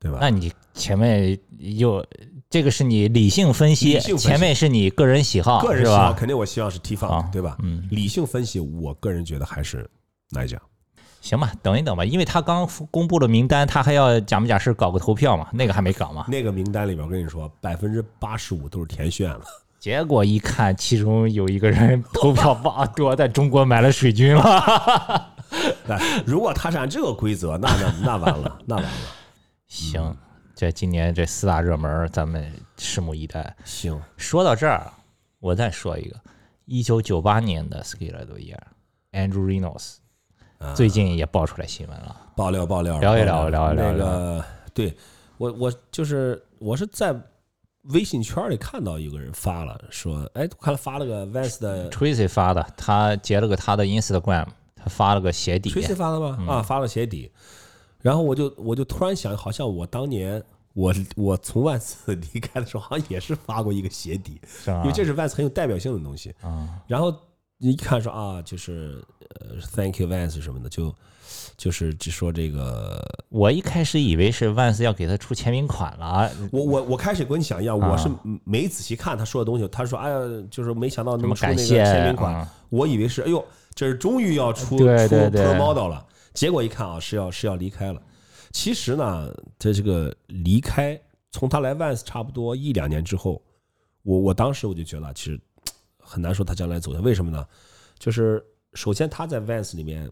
Speaker 1: 对吧？
Speaker 2: 那你前面又这个是你理性分析，
Speaker 1: 理性分析
Speaker 2: 前面是你个人喜好，
Speaker 1: 个人
Speaker 2: 是
Speaker 1: 喜好
Speaker 2: 吧？
Speaker 1: 肯定我希望是 T f u
Speaker 2: 啊
Speaker 1: n 对吧？
Speaker 2: 嗯，
Speaker 1: 理性分析，我个人觉得还是 n i g e
Speaker 2: 行吧，等一等吧，因为他刚公布了名单，他还要假模假式搞个投票嘛，那个还没搞嘛。
Speaker 1: 那个名单里边，我跟你说，百分之八十五都是填炫了。
Speaker 2: 结果一看，其中有一个人投票哇多，在中国买了水军了。
Speaker 1: 哎，如果他是按这个规则，那那那完了，那完了。
Speaker 2: 行，这今年这四大热门儿，咱们拭目以待。
Speaker 1: 行，
Speaker 2: 说到这儿，我再说一个，一九九八年的 s k i l e r 的 Year，Andrew Reynolds，
Speaker 1: 啊
Speaker 2: 最近也爆出来新闻了。
Speaker 1: 爆料爆料，
Speaker 2: 聊一
Speaker 1: 爆
Speaker 2: 聊聊一聊
Speaker 1: 那个，对我我就是我是在微信圈里看到有个人发了，说，哎，我看他发了个 Vans 的
Speaker 2: Tracy 发的，他截了个他的 Instagram，他发了嗯个鞋底。
Speaker 1: 锤子发的吗？啊，发了鞋底。然后我就我就突然想，好像我当年我我从万斯 离开的时候，好像也是发过一个鞋底，
Speaker 2: 是吧
Speaker 1: 因为这是万斯很有代表性的东西。
Speaker 2: 啊，
Speaker 1: 然后一看说啊，就是呃，Thank you Vans 什么的，就就是只说这个，
Speaker 2: 我一开始以为是万斯要给他出签名款了，嗯
Speaker 1: 我我我开始跟你想一样，我是
Speaker 2: 啊
Speaker 1: 没仔细看他说的东西，他说哎呀，就是没想到
Speaker 2: 什
Speaker 1: 能
Speaker 2: 么
Speaker 1: 出那
Speaker 2: 感
Speaker 1: 个
Speaker 2: 谢
Speaker 1: 签名款，
Speaker 2: 啊
Speaker 1: 我以为是哎呦，这是终于要出出
Speaker 2: 对对对
Speaker 1: Pro Model 了，结果一看啊，是要是要离开了。其实呢，这这个离开，从他来 Vans 差不多一两年之后，我我当时我就觉得啊，其实很难说他将来走向。为什么呢？就是首先他在 Vans 里面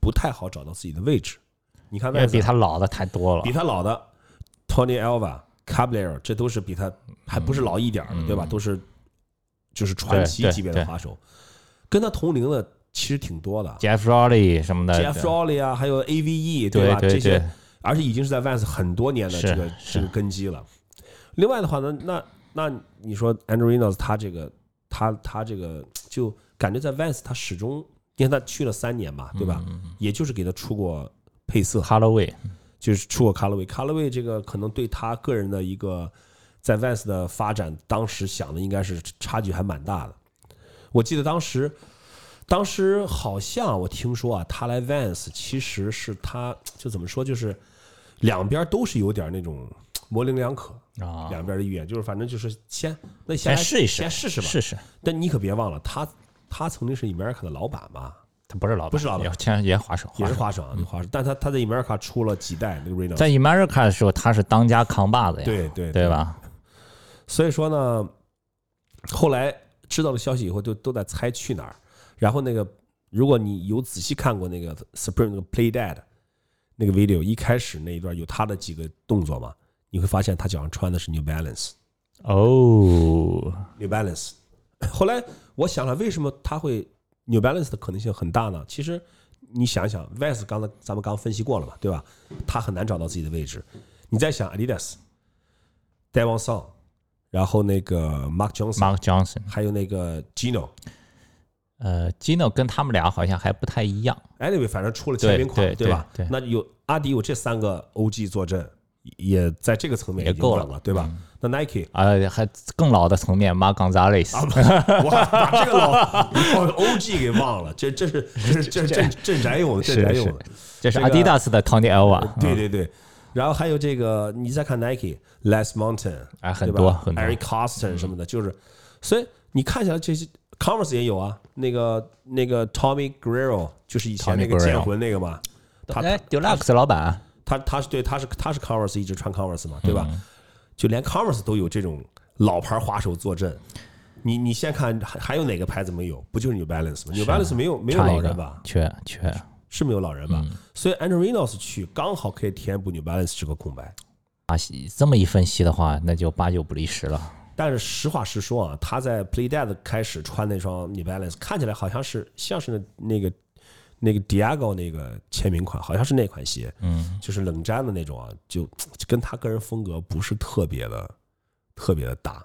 Speaker 1: 不太好找到自己的位置。你看
Speaker 2: 因为
Speaker 1: Vans
Speaker 2: 比他老的太多了
Speaker 1: 比。他老的 Tony Alva、Caballero，这都是比他还不是老一点儿的，
Speaker 2: 嗯
Speaker 1: 对吧？都是就是传奇
Speaker 2: 对对
Speaker 1: 级别的滑手，跟他同龄的其实挺多的
Speaker 2: Jeff Riley 什么的
Speaker 1: ，Jeff Rawley 啊，还有 AVE，
Speaker 2: 对
Speaker 1: 吧？
Speaker 2: 对
Speaker 1: 这些
Speaker 2: 对，
Speaker 1: 而且已经是在 Vans 很多年的
Speaker 2: 是
Speaker 1: 这个这
Speaker 2: 是
Speaker 1: 个根基了。另外的话呢，那那你说 Andrew Reynolds 他这个他他这个就感觉在 Vans 他始终，你看他去了三年吧，对吧？
Speaker 2: 嗯
Speaker 1: 也就是给他出过配色，
Speaker 2: 哈罗威，
Speaker 1: 就是出过卡洛威。卡洛威这个可能对他个人的一个在 Vans 的发展，当时想的应该是差距还蛮大的。我记得当时，当时好像我听说啊，他来 Vans 其实是他就怎么说，就是两边都是有点那种模棱两可，
Speaker 2: 啊，
Speaker 1: 两边的意愿，就是反正就是先那
Speaker 2: 先
Speaker 1: 先
Speaker 2: 试一试，
Speaker 1: 先试试吧。
Speaker 2: 试试。
Speaker 1: 但你可别忘了，他他曾经是 America 的老板嘛，
Speaker 2: 他不是老板，
Speaker 1: 不是老板
Speaker 2: 也前也滑手，
Speaker 1: 也是
Speaker 2: 手
Speaker 1: 花生啊，花生。但他他在 America 出了几代那个 Reno，
Speaker 2: 嗯在 America 的时候，他是当家扛把子呀，
Speaker 1: 对对
Speaker 2: 对吧？
Speaker 1: 所以说呢，后来知道了消息以后，就都在猜去哪儿。然后那个，如果你有仔细看过那个 Supreme 那个 Play Dead 那个 video，一开始那一段有他的几个动作嘛，你会发现他脚上穿的是 New Balance，New
Speaker 2: 哦，
Speaker 1: Balance。后 来我想了，为什么他会 New Balance 的可能性很大呢？其实你想想，Vans 刚才咱们刚分析过了嘛，对吧？他很难找到自己的位置。你再想 Adidas、Devon Song，然后那个 Mark Johnson。
Speaker 2: Mark Johnson，
Speaker 1: 还有那个 Gino。
Speaker 2: 呃，Gino 跟他们俩好像还不太一样，
Speaker 1: Anyway，反正出了签名款，
Speaker 2: 对对
Speaker 1: 吧？
Speaker 2: 对对
Speaker 1: 那有阿迪有这三个 OG 坐镇，也在这个层面
Speaker 2: 也
Speaker 1: 已经
Speaker 2: 够
Speaker 1: 稳
Speaker 2: 了嗯
Speaker 1: 了，对吧？那 Nike
Speaker 2: 呃，还更老的层面，Mark Gonzalez，、
Speaker 1: 啊我 把这个老老 OG 给忘了，这这是这是 这是镇镇宅用的，
Speaker 2: 是
Speaker 1: 镇宅用的
Speaker 2: 是，这是
Speaker 1: 这个
Speaker 2: Adidas 的 Tony Elva，
Speaker 1: 对
Speaker 2: 嗯
Speaker 1: 对对。然后还有这个，你再看 Nike、Les Mountain，
Speaker 2: 哎很
Speaker 1: 对吧
Speaker 2: 多很多嗯
Speaker 1: Eric Carsten 什么的，就是，所以你看起来这些 Converse 也有啊，那个那个 Tommy Guerrero 就是以前
Speaker 2: Tommy
Speaker 1: 那个剑
Speaker 2: Guerrero
Speaker 1: 魂那个嘛，他
Speaker 2: 哎，Deluxe 老板，
Speaker 1: 他他是对他是他是 Converse 一直穿 Converse 嘛，对吧？
Speaker 2: 嗯
Speaker 1: 就连 Converse 都有这种老牌滑手坐镇。你你先看还还有哪个牌子没有？不就是 New Balance 吗？New Balance 没有没有
Speaker 2: 啊差
Speaker 1: 老
Speaker 2: 一个嗯
Speaker 1: 人吧？
Speaker 2: 缺缺，
Speaker 1: 是没有老人吧？所以 Andrew Reynolds 去刚好可以填补 New Balance 这个空白。
Speaker 2: 啊，这么一分析的话，那就八九不离十了。
Speaker 1: 但是实话实说啊，他在 Play Dead 开始穿那双 New Balance，看起来好像是像是那个那个 Diago 那个签名款，好像是那款鞋，
Speaker 2: 嗯，
Speaker 1: 就是冷战的那种啊，就跟他个人风格不是特别的特别的搭。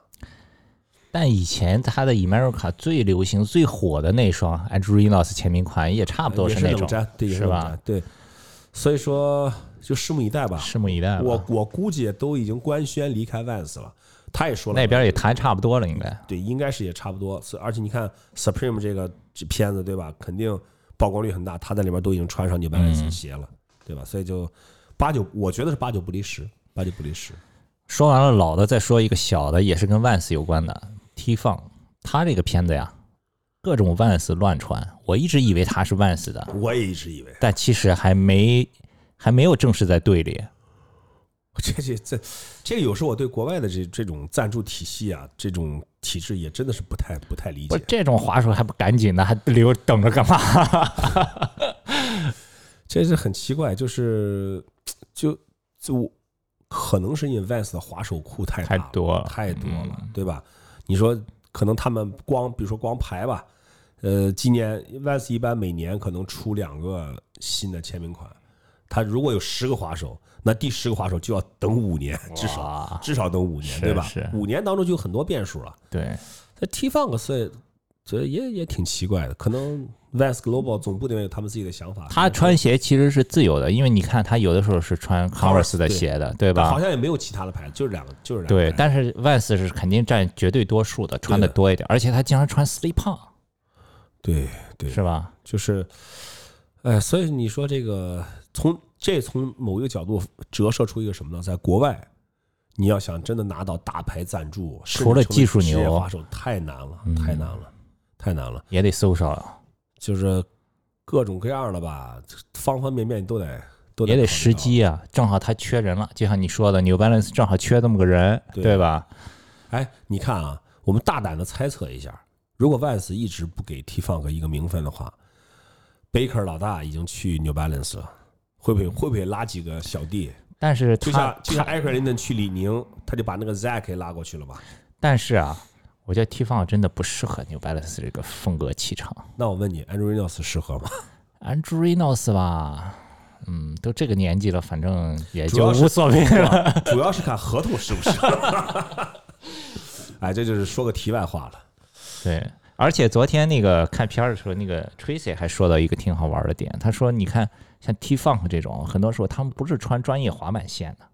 Speaker 2: 但以前他的 America 最流行、最火的那双 Adrenos 签名款也差不多
Speaker 1: 也是
Speaker 2: 那
Speaker 1: 冷
Speaker 2: 种，
Speaker 1: 战，对，也
Speaker 2: 哦是
Speaker 1: 冷
Speaker 2: 吧
Speaker 1: 战？对，所以说就拭目以待吧。
Speaker 2: 拭目以待吧。
Speaker 1: 我我估计都已经官宣离开 Vans 了，他也说了
Speaker 2: 那边也谈差不多了，应该。
Speaker 1: 对，应该是也差不多。所以而且你看 Supreme 这个这片子，对吧？肯定曝光率很大，他在里面都已经穿上 New Balance 的鞋了，对吧？所以就八九，我觉得是八九不离十，八九不离十。
Speaker 2: 说完了老的，再说一个小的，也是跟 Vans 有关的 T Fun。他这个片子呀，各种 Vans 乱穿，我一直以为他是 Vans 的，
Speaker 1: 我也一直以为
Speaker 2: 但其实还没还没有正式在队里。
Speaker 1: 这这这这个有时候我对国外的这这种赞助体系啊，这种体制也真的是不太不太理
Speaker 2: 不
Speaker 1: 解
Speaker 2: 是。这种滑手还不赶紧的，还留等着干嘛？
Speaker 1: 这是很奇怪，就是就就可能是因为 Vans 的滑手库太大
Speaker 2: 太多了嗯
Speaker 1: 太多了，对吧？你说可能他们光比如说光排吧，呃，今年 Vans 一般每年可能出两个新的签名款，他如果有十个滑手，那第十个滑手就要等五年， 至少
Speaker 2: 哇
Speaker 1: 至少等五年，
Speaker 2: 是
Speaker 1: 对吧
Speaker 2: 是？
Speaker 1: 五年当中就有很多变数了。
Speaker 2: 对，
Speaker 1: 这 T Funk 是这也也挺奇怪的，可能 Vans Global 总部那边有他们自己的想法，
Speaker 2: 他穿鞋其实是自由的，因为你看他有的时候是穿
Speaker 1: Converse，
Speaker 2: Converse 的
Speaker 1: 对
Speaker 2: 鞋的，对
Speaker 1: 但
Speaker 2: 吧
Speaker 1: 好？像也没有其他的牌子，就是两个，就是两个
Speaker 2: 对，
Speaker 1: 牌子
Speaker 2: 但是 Vans 是肯定占绝对多数的，穿的
Speaker 1: 对的
Speaker 2: 多一点，而且他经常穿 slip on，
Speaker 1: 对对，
Speaker 2: 是吧？
Speaker 1: 就是，哎，所以你说这个从这从某一个角度折射出一个什么呢？在国外，你要想真的拿到大牌赞助，甚至
Speaker 2: 除了
Speaker 1: 成为
Speaker 2: 技术
Speaker 1: 职业
Speaker 2: 牛嗯
Speaker 1: 滑手太难了，太难了，太难了，
Speaker 2: 也得啊搜上，
Speaker 1: 就是各种各样的吧，方方面面都得都
Speaker 2: 也
Speaker 1: 得考虑
Speaker 2: 得时
Speaker 1: 到。
Speaker 2: 机啊，正好他缺人了，就像你说的，New Balance 正好缺这么个人，
Speaker 1: 对
Speaker 2: 对吧？
Speaker 1: 哎，你看啊，我们大胆的猜测一下，如果 Vans 一直不给 T Funk 一个名分的话，Baker 老大已经去 New Balance 了，会不会会不会拉几个小弟？
Speaker 2: 但是
Speaker 1: 就
Speaker 2: 他
Speaker 1: 像就像艾克林顿去李宁，他就把那个 Zack 给拉过去了吧？
Speaker 2: 但是啊，我觉得 T 方真的不适合 New Balance 这个风格气场。
Speaker 1: 那我问你，Andrew Reynolds 适合吗？
Speaker 2: Andrew Reynolds 吧，嗯，都这个年纪了，反正也
Speaker 1: 主
Speaker 2: 就
Speaker 1: 要是
Speaker 2: 无所谓
Speaker 1: 是
Speaker 2: 了。
Speaker 1: 吧主 要是看合同适不适合。哎，这就是说个题外话了。
Speaker 2: 对， 而且昨天那个看片儿的时候，那个 Tracy 还说到一个挺好玩的点，他说：“你看，像 T Funk 这种，很多时候他们不是穿专业滑板线的，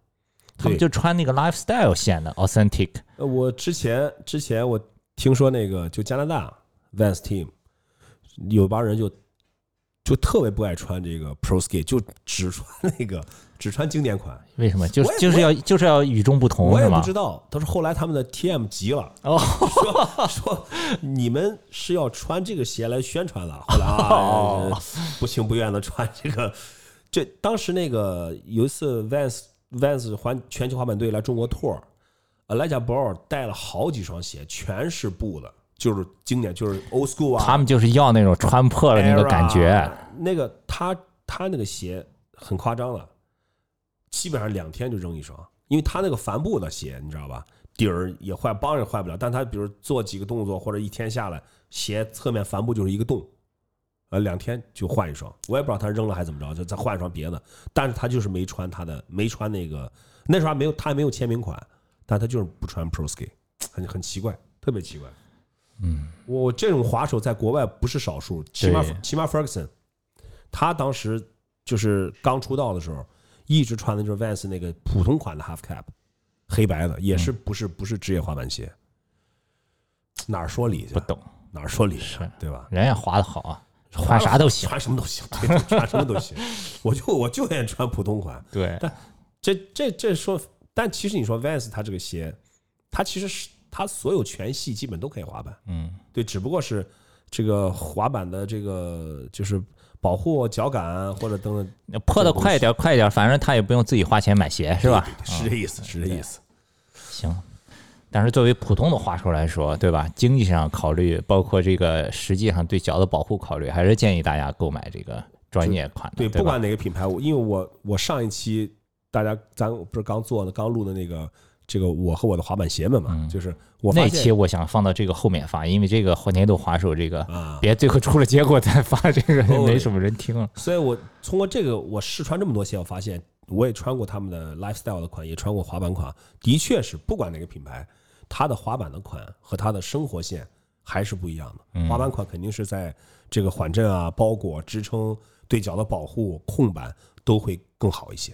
Speaker 2: 他们
Speaker 1: 对
Speaker 2: 就穿那个 lifestyle 线的 authentic。
Speaker 1: 呃我之前之前我听说那个就加拿大 Vans Team 有帮人就就特别不爱穿这个 Pro Skate，就只穿那个只穿经典款。
Speaker 2: 为什么？就
Speaker 1: 我
Speaker 2: 是
Speaker 1: 也
Speaker 2: 就是要就是要与众不同，
Speaker 1: 我也
Speaker 2: 是
Speaker 1: 不
Speaker 2: 吗？
Speaker 1: 知道，他说后来他们的 TM 急了，
Speaker 2: 哦
Speaker 1: 说 说你们是要穿这个鞋来宣传了。后来啊，
Speaker 2: 哦
Speaker 1: 呃不情不愿的穿这个。这当时那个有一次 Vans Vans 环全球滑板队来中国 tour，呃，莱贾博尔带了好几双鞋，全是布的，就是经典，就是 old school 啊，
Speaker 2: 他们就是要那种穿破了那个感觉
Speaker 1: Era，那个他他那个鞋很夸张了，基本上两天就扔一双，因为他那个帆布的鞋，你知道吧？底儿也坏，帮也坏不了，但他比如做几个动作或者一天下来，鞋侧面帆布就是一个洞，呃，两天就换一双。我也不知道他扔了还是怎么着，就再换一双别的。但是他就是没穿他的，没穿那个，那时候还没有他还没有签名款，但他就是不穿 Pro Skate，很很奇怪，特别奇怪。嗯，我这种滑手在国外不是少数，起码
Speaker 2: 对
Speaker 1: 起码 Ferguson，他当时就是刚出道的时候，一直穿的就是 Vans 那个普通款的 half cap，黑白的，也是
Speaker 2: 嗯
Speaker 1: 不是不是职业滑板鞋，哪儿说理去
Speaker 2: 不？懂。
Speaker 1: 哪儿说理去？对吧？
Speaker 2: 人家滑的好啊，穿啥都行。
Speaker 1: 穿什么都行，对对穿什么都行。 我就我就愿意穿普通款。
Speaker 2: 对
Speaker 1: 这这这说，但其实你说 Vans 它这个鞋，它其实是它所有全系基本都可以滑板，
Speaker 2: 嗯，
Speaker 1: 对，只不过是这个滑板的这个就是保护脚感或者等等，
Speaker 2: 那破的快一点，快一点，反正他也不用自己花钱买鞋，是吧？嗯
Speaker 1: 对？对对是这意思，是这意思。
Speaker 2: 行。但是作为普通的滑手来说，对吧？经济上考虑，包括这个实际上对脚的保护考虑，还是建议大家购买这个专业款的。
Speaker 1: 对，
Speaker 2: 对吧，
Speaker 1: 不管哪个品牌，我因为我我上一期大家咱不是刚做的刚录的那个这个我和我的滑板鞋们
Speaker 2: 嗯
Speaker 1: 嘛，就是我发
Speaker 2: 那
Speaker 1: 现
Speaker 2: 期我想放到这个后面发，因为这个年度滑手这个，
Speaker 1: 啊，
Speaker 2: 别最后出了结果再发，这个
Speaker 1: 哦
Speaker 2: 没什么人听了。
Speaker 1: 所以我通过这个，我试穿这么多鞋，我发现我也穿过他们的 lifestyle 的款，也穿过滑板款，的确是不管哪个品牌，它的滑板的款和它的生活线还是不一样
Speaker 2: 嗯
Speaker 1: 的。滑板款肯定是在这个缓震啊、包裹、支撑、对脚的保护、控板都会更好一些。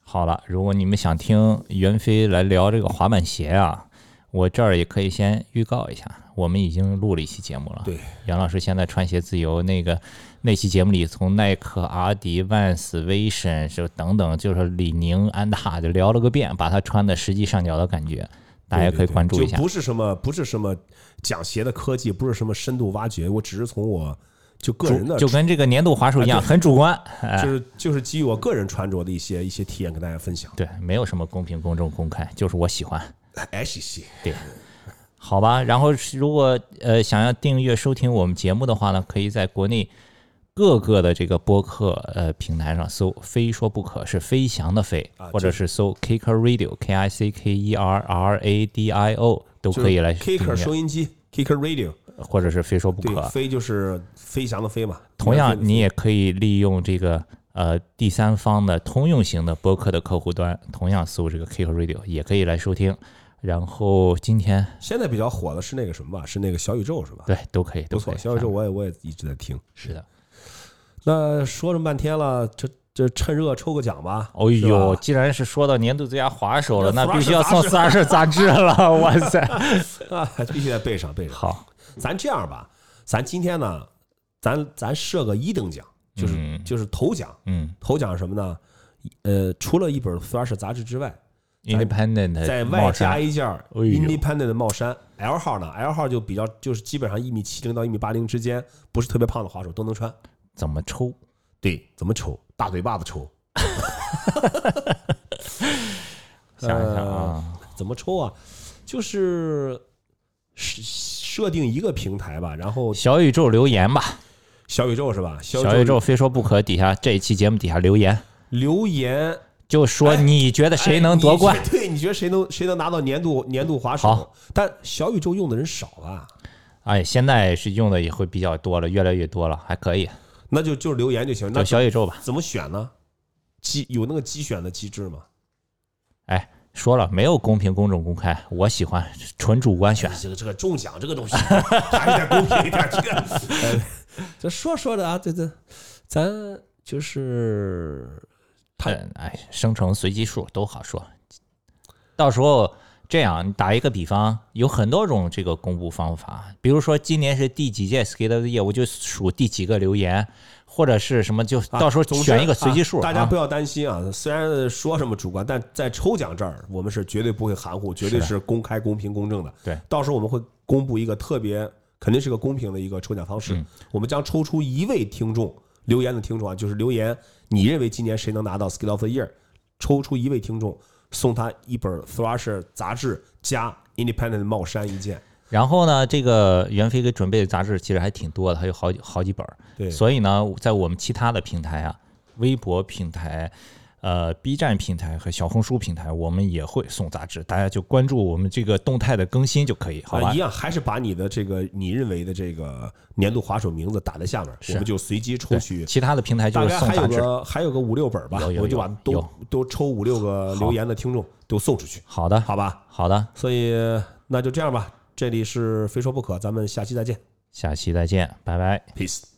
Speaker 2: 好了，如果你们想听袁飞来聊这个滑板鞋啊，我这儿也可以先预告一下，我们已经录了一期节目了。
Speaker 1: 对，
Speaker 2: 袁老师现在穿鞋自由那个那期节目里，从耐克、阿迪、Vans、Vision 就等等，就是李宁、安踏就聊了个遍，把他穿的实际上脚的感觉，大家可
Speaker 1: 对
Speaker 2: 以
Speaker 1: 对
Speaker 2: 关注
Speaker 1: 就
Speaker 2: 一下。
Speaker 1: 不是什么不是什么讲鞋的科技，不是什么深度挖掘，我只是从我就个人的
Speaker 2: 就哎跟这个年度滑手一样，
Speaker 1: 啊
Speaker 2: 很主观。
Speaker 1: 就是就是基于我个人穿着的一些一些体验跟大家分享。
Speaker 2: 对，没有什么公平、公正、公开，就是我喜欢。
Speaker 1: H 系
Speaker 2: 好吧，然后是如果呃想要订阅收听我们节目的话呢，可以在国内各个的这个播客呃平台上搜“非说不可”，是飞翔的飞，
Speaker 1: 啊
Speaker 2: 或者是搜 Kicker Radio K I C K E R R A D I O 都可以来订
Speaker 1: Kicker
Speaker 2: 阅，
Speaker 1: 收音机，Kicker Radio，
Speaker 2: 或者是“非说不
Speaker 1: 对
Speaker 2: 可”，
Speaker 1: 飞就是飞翔的飞嘛。
Speaker 2: 同样，你
Speaker 1: 也
Speaker 2: 也可以利用这个呃第三方的通用型的播客的客户端，同样搜这个 Kicker Radio 也可以来收听。然后今天
Speaker 1: 现在比较火的是那个什么吧？是那个小宇宙是吧？
Speaker 2: 对都可以，
Speaker 1: 不
Speaker 2: 都可
Speaker 1: 错，
Speaker 2: 以。
Speaker 1: 小宇宙我也我也一直在听。
Speaker 2: 是的。
Speaker 1: 那说这么半天了，这这趁热抽个奖吧。
Speaker 2: 哦
Speaker 1: 是
Speaker 2: 呦，
Speaker 1: 吧，
Speaker 2: 既然是说到年度最佳滑手了，
Speaker 1: 那
Speaker 2: 那必须
Speaker 1: Thrasher
Speaker 2: 要送《三十杂志》 了。哇塞，
Speaker 1: 啊， 必须得备上备上。
Speaker 2: 好，
Speaker 1: 咱这样吧，咱今天呢，咱咱设个一等奖，就是、
Speaker 2: 嗯
Speaker 1: 就是头奖。
Speaker 2: 嗯
Speaker 1: 头奖是什么呢？呃，除了一本《Flash》杂志之外，
Speaker 2: 嗯，Independent
Speaker 1: 再外
Speaker 2: 哎帽
Speaker 1: 加
Speaker 2: 衫，
Speaker 1: 一件儿
Speaker 2: 哎呦
Speaker 1: Independent 的帽衫，L 号呢？L 号就比较就是基本上一米七零到一米八零之间，不是特别胖的滑手都能穿。
Speaker 2: 怎么抽？
Speaker 1: 对，怎么抽？大嘴巴子抽，呃
Speaker 2: 想一想啊，
Speaker 1: 怎么抽啊？就是设设定一个平台吧，然后
Speaker 2: 小宇宙留言吧，
Speaker 1: 小宇宙是吧？小
Speaker 2: 小宇宙非说不可底下这一期节目底下留言，
Speaker 1: 留言，
Speaker 2: 就说你觉得谁
Speaker 1: 哎
Speaker 2: 能夺冠
Speaker 1: 你？觉对，你觉得谁能谁能拿到年度年度滑手
Speaker 2: 好？
Speaker 1: 但小宇宙用的人少啊，
Speaker 2: 哎，现在是用的也会比较多了，越来越多了，还可以，
Speaker 1: 那就就是留言就行。那
Speaker 2: 就小宇宙吧。
Speaker 1: 怎么选呢？机有那个机选的机制吗？
Speaker 2: 哎，说了没有公平、公正、公开，我喜欢纯主观选。
Speaker 1: 这个这个中奖这个东西还是得公平一点。这个， 呃这说说的啊，这这，咱就是他
Speaker 2: 嗯，哎，生成随机数都好说。到时候这样，你打一个比方，有很多种这个公布方法，比如说今年是第几届 Skate of the Year，我就数第几个留言，或者是什么，就
Speaker 1: 啊
Speaker 2: 到时候
Speaker 1: 总之
Speaker 2: 选一个随机
Speaker 1: 啊
Speaker 2: 数、
Speaker 1: 大家不要担心啊，虽然说什么主观，但在抽奖这儿，我们是绝对不会含糊，绝对是公开、公平、公正的。
Speaker 2: 对，
Speaker 1: 到时候我们会公布一个特别，肯定是个公平的一个抽奖方
Speaker 2: 嗯
Speaker 1: 式。我们将抽出一位听众留言的听众啊，就是留言你认为今年谁能拿到 Skill of the Year，抽出一位听众送他一本 Thrasher 杂志加 Independent 帽衫一件。
Speaker 2: 然后呢，这个袁飞给准备的杂志其实还挺多的，还有好几好几本儿。
Speaker 1: 对
Speaker 2: 所以呢，在我们其他的平台啊，微博平台、呃 B 站平台和小红书平台，我们也会送杂志，大家就关注我们这个动态的更新就可以，好
Speaker 1: 啊，
Speaker 2: 吧
Speaker 1: 一？样还是把你的这个你认为的这个年度滑手名字打在下面，我们就随机抽
Speaker 2: 对
Speaker 1: 取
Speaker 2: 其他的平台就
Speaker 1: 大
Speaker 2: 是
Speaker 1: 概
Speaker 2: 送
Speaker 1: 还有
Speaker 2: 杂志。
Speaker 1: 个还有个五六本儿吧，
Speaker 2: 有有
Speaker 1: 我就把
Speaker 2: 有
Speaker 1: 都
Speaker 2: 有
Speaker 1: 都抽五六个留言的听众都送出去，
Speaker 2: 好的，
Speaker 1: 好吧？
Speaker 2: 好的，
Speaker 1: 所以那就这样吧，这里是非说不可，咱们下期再见
Speaker 2: 下期再见，拜拜。
Speaker 1: ，peace。